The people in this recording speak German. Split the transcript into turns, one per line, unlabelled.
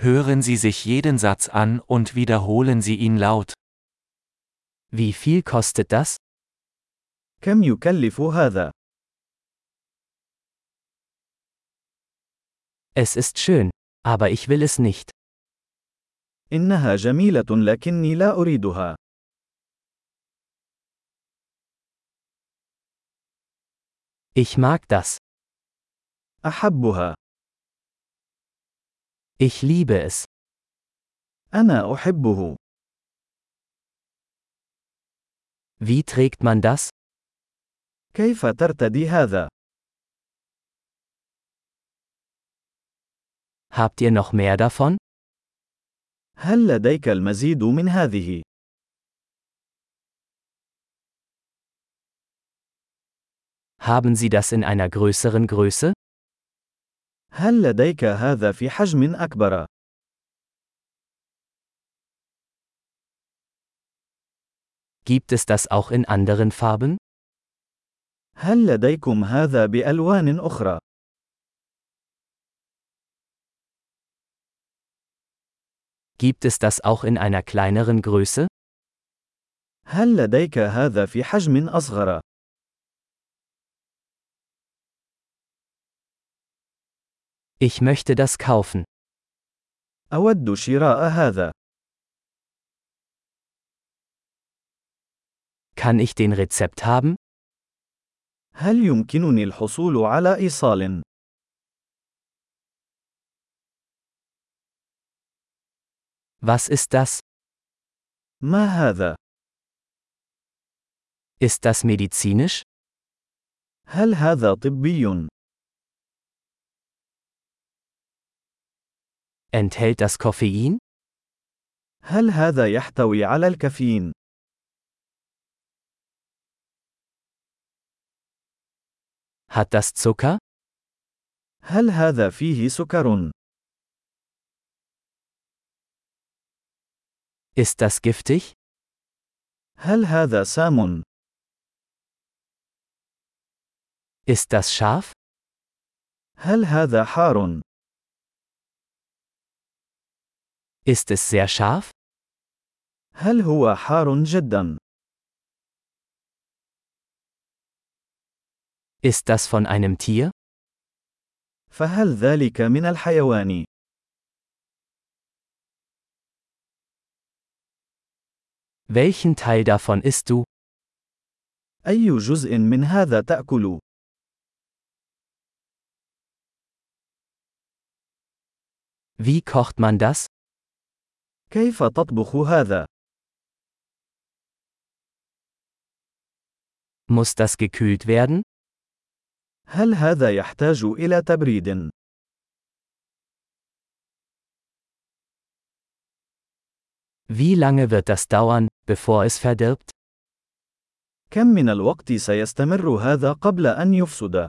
Hören Sie sich jeden Satz an und wiederholen Sie ihn laut. Wie viel kostet das?
كم يكلف هذا؟
Es ist schön, aber ich will es nicht.
إنها جميلة لكني لا أريدها.
Ich mag das.
أحبها.
Ich liebe es.
أنا أحبه.
Wie trägt man das?
كيف ترتدي هذا؟
Habt ihr noch mehr davon?
هل لديك المزيد من هذه؟
Haben Sie das in einer größeren Größe?
هل لديك هذا في حجم أكبر؟
Gibt es das auch in anderen Farben?
هل لديكم هذا بألوان أخرى؟
Gibt es das auch in einer kleineren Größe?
هل لديك هذا في حجم أصغر؟
Ich möchte das kaufen.
أود شراء هذا.
Kann ich den Rezept haben?
هل يمكنني الحصول على إيصال؟
Was ist das?
ما هذا؟
Ist das medizinisch?
هل هذا طبي؟
Enthält das Koffein?
هل هذا يحتوي على الكافيين؟
Hat das Zucker?
هل هذا فيه سكر؟
Ist das giftig?
هل هذا سام؟
Ist das scharf?
هل هذا حار؟
Ist es sehr scharf?
هل هو حار جدا؟
Ist das von einem Tier?
فهل ذلك من الحيوان؟
Welchen Teil davon isst du?
أي جزء من هذا تأكل؟
Wie kocht man das?
كيف تطبخ هذا؟
Muss das gekühlt werden?
هل هذا يحتاج إلى تبريد؟
Wie lange wird das dauern, bevor es verdirbt?
كم من الوقت سيستمر هذا قبل أن يفسد؟